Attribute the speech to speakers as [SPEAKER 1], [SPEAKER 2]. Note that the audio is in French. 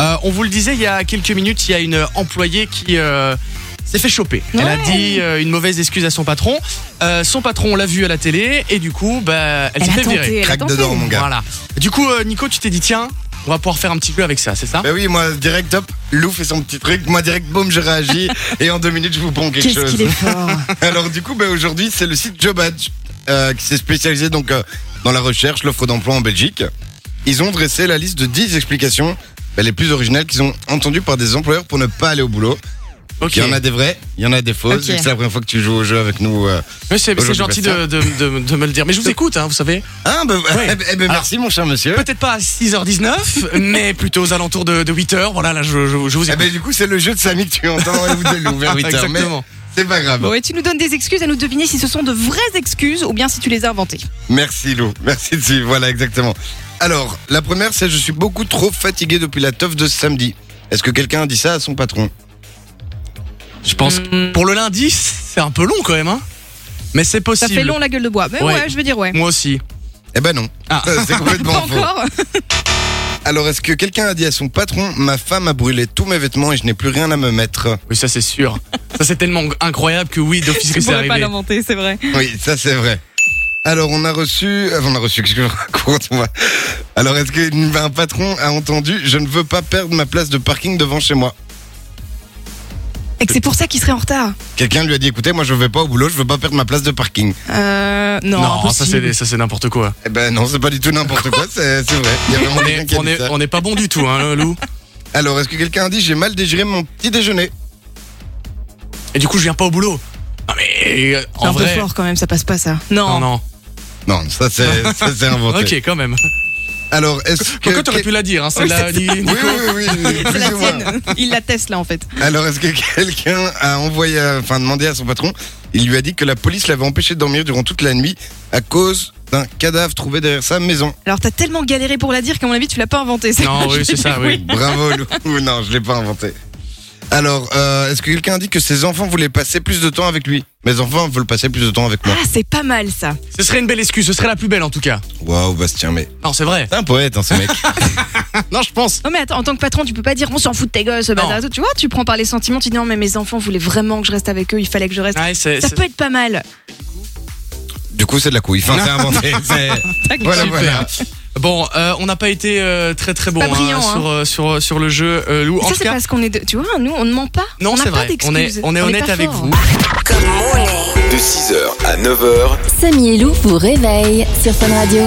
[SPEAKER 1] Euh, on vous le disait il y a quelques minutes, il y a une employée qui euh, s'est fait choper. Elle a
[SPEAKER 2] Ouais.
[SPEAKER 1] dit euh, une mauvaise excuse à son patron. Euh, son patron, on l'a vu à la télé et du coup, bah, elle,
[SPEAKER 2] Elle
[SPEAKER 1] s'est
[SPEAKER 2] a
[SPEAKER 1] fait
[SPEAKER 2] tenté,
[SPEAKER 1] virer.
[SPEAKER 2] elle a
[SPEAKER 3] Craque
[SPEAKER 2] tenté.
[SPEAKER 3] dedans, mon gars.
[SPEAKER 1] Voilà. Du coup, euh, Nico, tu t'es dit tiens, on va pouvoir faire un petit peu avec ça, c'est ça
[SPEAKER 3] Bah oui, moi direct, hop, Lou fait son petit truc, moi direct, boum, je réagis, et en deux minutes, je vous ponds quelque
[SPEAKER 2] Qu'est-ce
[SPEAKER 3] chose.
[SPEAKER 2] qu'il est fort
[SPEAKER 3] Alors du coup, bah, aujourd'hui, c'est le site Jobadge euh, qui s'est spécialisé donc euh, dans la recherche, l'offre d'emploi en Belgique. Ils ont dressé la liste de 10 explications bah, les plus originales qu'ils ont entendues par des employeurs pour ne pas aller au boulot.
[SPEAKER 1] Ok.
[SPEAKER 3] Il y en a des vraies, il y en a des fausses.
[SPEAKER 2] Ok.
[SPEAKER 3] vu que C'est la première fois que tu joues au jeu avec nous. euh.
[SPEAKER 1] Mais c'est c'est
[SPEAKER 3] Aujourd'hui,
[SPEAKER 1] gentil de, de-
[SPEAKER 3] bah,
[SPEAKER 1] de- de me le dire. Mais je vous écoute, hein, vous savez.
[SPEAKER 3] Ah, bah,
[SPEAKER 1] Ouais.
[SPEAKER 3] eh ben, eh ben, merci mon cher monsieur.
[SPEAKER 1] Peut-être pas à 6h19, mais plutôt aux alentours de, 8h. Voilà, là, je, je- je vous
[SPEAKER 3] Eh
[SPEAKER 1] écoute.
[SPEAKER 3] ben, du coup, c'est le jeu de Samy que tu entends et vous de Lou vers 8 heures, mais
[SPEAKER 1] Exactement.
[SPEAKER 3] c'est pas grave.
[SPEAKER 2] Bon, et tu nous donnes des excuses à nous deviner si ce sont de vraies excuses ou bien si tu les as inventées.
[SPEAKER 3] Merci Lou, merci de suivre, voilà exactement. Alors, la première c'est je suis beaucoup trop fatigué depuis la teuf de ce samedi. Est-ce que quelqu'un a dit ça à son patron
[SPEAKER 1] Je pense que
[SPEAKER 2] Mm.
[SPEAKER 1] pour le lundi, c'est un peu long quand même. hein. Mais c'est
[SPEAKER 2] Ça
[SPEAKER 1] possible.
[SPEAKER 2] fait long la gueule de bois. Mais
[SPEAKER 1] Ouais.
[SPEAKER 2] ouais, je veux dire ouais.
[SPEAKER 1] Moi aussi.
[SPEAKER 3] Eh ben non,
[SPEAKER 1] Ah.
[SPEAKER 3] c'est
[SPEAKER 2] Pas
[SPEAKER 3] complètement faux.
[SPEAKER 2] encore
[SPEAKER 3] Alors, est-ce que quelqu'un a dit à son patron Ma femme a brûlé tous mes vêtements et je n'ai plus rien à me mettre
[SPEAKER 1] Oui, ça c'est sûr. ça c'est tellement incroyable que oui, d'office
[SPEAKER 2] Je
[SPEAKER 1] que c'est
[SPEAKER 2] pourrais pas
[SPEAKER 1] arrivé.
[SPEAKER 2] l'inventer, c'est vrai.
[SPEAKER 3] Oui, ça c'est vrai. Alors, on a reçu. euh, On a reçu, qu'est-ce que je raconte moi Alors, est-ce qu'un patron a entendu Je ne veux pas perdre ma place de parking devant chez moi
[SPEAKER 2] Et que c'est pour ça qu'il serait en retard.
[SPEAKER 3] Quelqu'un lui a dit Écoutez, moi je vais pas au boulot, je veux pas perdre ma place de parking.
[SPEAKER 2] Euh, non,
[SPEAKER 1] ça
[SPEAKER 2] impossible.
[SPEAKER 1] c'est ça c'est n'importe quoi.
[SPEAKER 3] Eh ben non, c'est pas du tout n'importe quoi, c'est c'est vrai. Il y a vraiment
[SPEAKER 1] On
[SPEAKER 3] quelqu'un
[SPEAKER 1] est,
[SPEAKER 3] qui a
[SPEAKER 1] on
[SPEAKER 3] dit
[SPEAKER 1] est,
[SPEAKER 3] ça.
[SPEAKER 1] on est pas bon du tout, hein, Lou.
[SPEAKER 3] Alors, est-ce que quelqu'un a dit j'ai mal digéré mon petit déjeuner
[SPEAKER 1] Et du coup, je viens pas au boulot. Non mais euh,
[SPEAKER 2] C'est
[SPEAKER 1] en
[SPEAKER 2] un
[SPEAKER 1] vrai.
[SPEAKER 2] peu fort quand même, ça passe pas ça.
[SPEAKER 1] Non
[SPEAKER 2] Non.
[SPEAKER 1] non.
[SPEAKER 3] Non, ça c'est ça, c'est inventé.
[SPEAKER 1] Ok, quand même.
[SPEAKER 3] Alors, est-ce que
[SPEAKER 1] Pourquoi t'aurais pu la dire hein, celle-là, Ni-
[SPEAKER 3] oui,
[SPEAKER 1] Nico
[SPEAKER 3] oui, oui, oui,
[SPEAKER 2] C'est
[SPEAKER 3] plus
[SPEAKER 2] la
[SPEAKER 3] ou moins.
[SPEAKER 2] sienne. Il la teste là en fait.
[SPEAKER 3] Alors, est-ce que quelqu'un a envoyé, enfin demandé à son patron Il lui a dit que la police l'avait empêché de dormir durant toute la nuit à cause d'un cadavre trouvé derrière sa maison.
[SPEAKER 2] Alors t'as tellement galéré pour la dire qu'à mon avis tu l'as pas inventée.
[SPEAKER 1] Non, oui, c'est ça, Ah oui.
[SPEAKER 3] Bravo, Lou. Non, je l'ai pas inventé. Alors, euh, est-ce que quelqu'un a dit que ses enfants voulaient passer plus de temps avec lui Mes enfants veulent passer plus de temps avec moi.
[SPEAKER 2] Ah, c'est pas mal ça.
[SPEAKER 1] Ce serait une belle excuse, ce serait la plus belle en tout cas.
[SPEAKER 3] Waouh, Bastien, mais
[SPEAKER 1] Non, c'est vrai.
[SPEAKER 3] t'es un poète, hein, ce mec.
[SPEAKER 1] Ah, Non, je pense.
[SPEAKER 2] Non mais attends, en tant que patron, tu peux pas dire on s'en fout de tes gosses, ce
[SPEAKER 1] Non.
[SPEAKER 2] bazar et tout. Tu vois, tu prends par les sentiments, tu dis non mais mes enfants voulaient vraiment que je reste avec eux, il fallait que je reste.
[SPEAKER 1] Ouais, c'est
[SPEAKER 2] ça
[SPEAKER 1] c'est-
[SPEAKER 2] peut être pas mal.
[SPEAKER 3] Du coup, c'est de la couille. Enfin, c'est inventé. c'est- Voilà,
[SPEAKER 1] super.
[SPEAKER 3] voilà.
[SPEAKER 1] Bon, euh, on n'a pas été euh, très très bon
[SPEAKER 2] Pas brillant, hein.
[SPEAKER 1] sur, euh, sur, sur le jeu, euh, Lou. En
[SPEAKER 2] ça,
[SPEAKER 1] tout
[SPEAKER 2] c'est
[SPEAKER 1] cas,
[SPEAKER 2] parce qu'on est. de- Tu vois, nous, on ne ment pas.
[SPEAKER 1] non,
[SPEAKER 2] on n'a
[SPEAKER 1] c'est
[SPEAKER 2] pas
[SPEAKER 1] vrai. On est,
[SPEAKER 2] d'excuses.
[SPEAKER 1] on est honnête
[SPEAKER 2] pas
[SPEAKER 1] avec
[SPEAKER 2] fort. hein.
[SPEAKER 1] vous.
[SPEAKER 4] De 6h à 9h,
[SPEAKER 5] Samy et Lou vous réveille sur Fun Radio.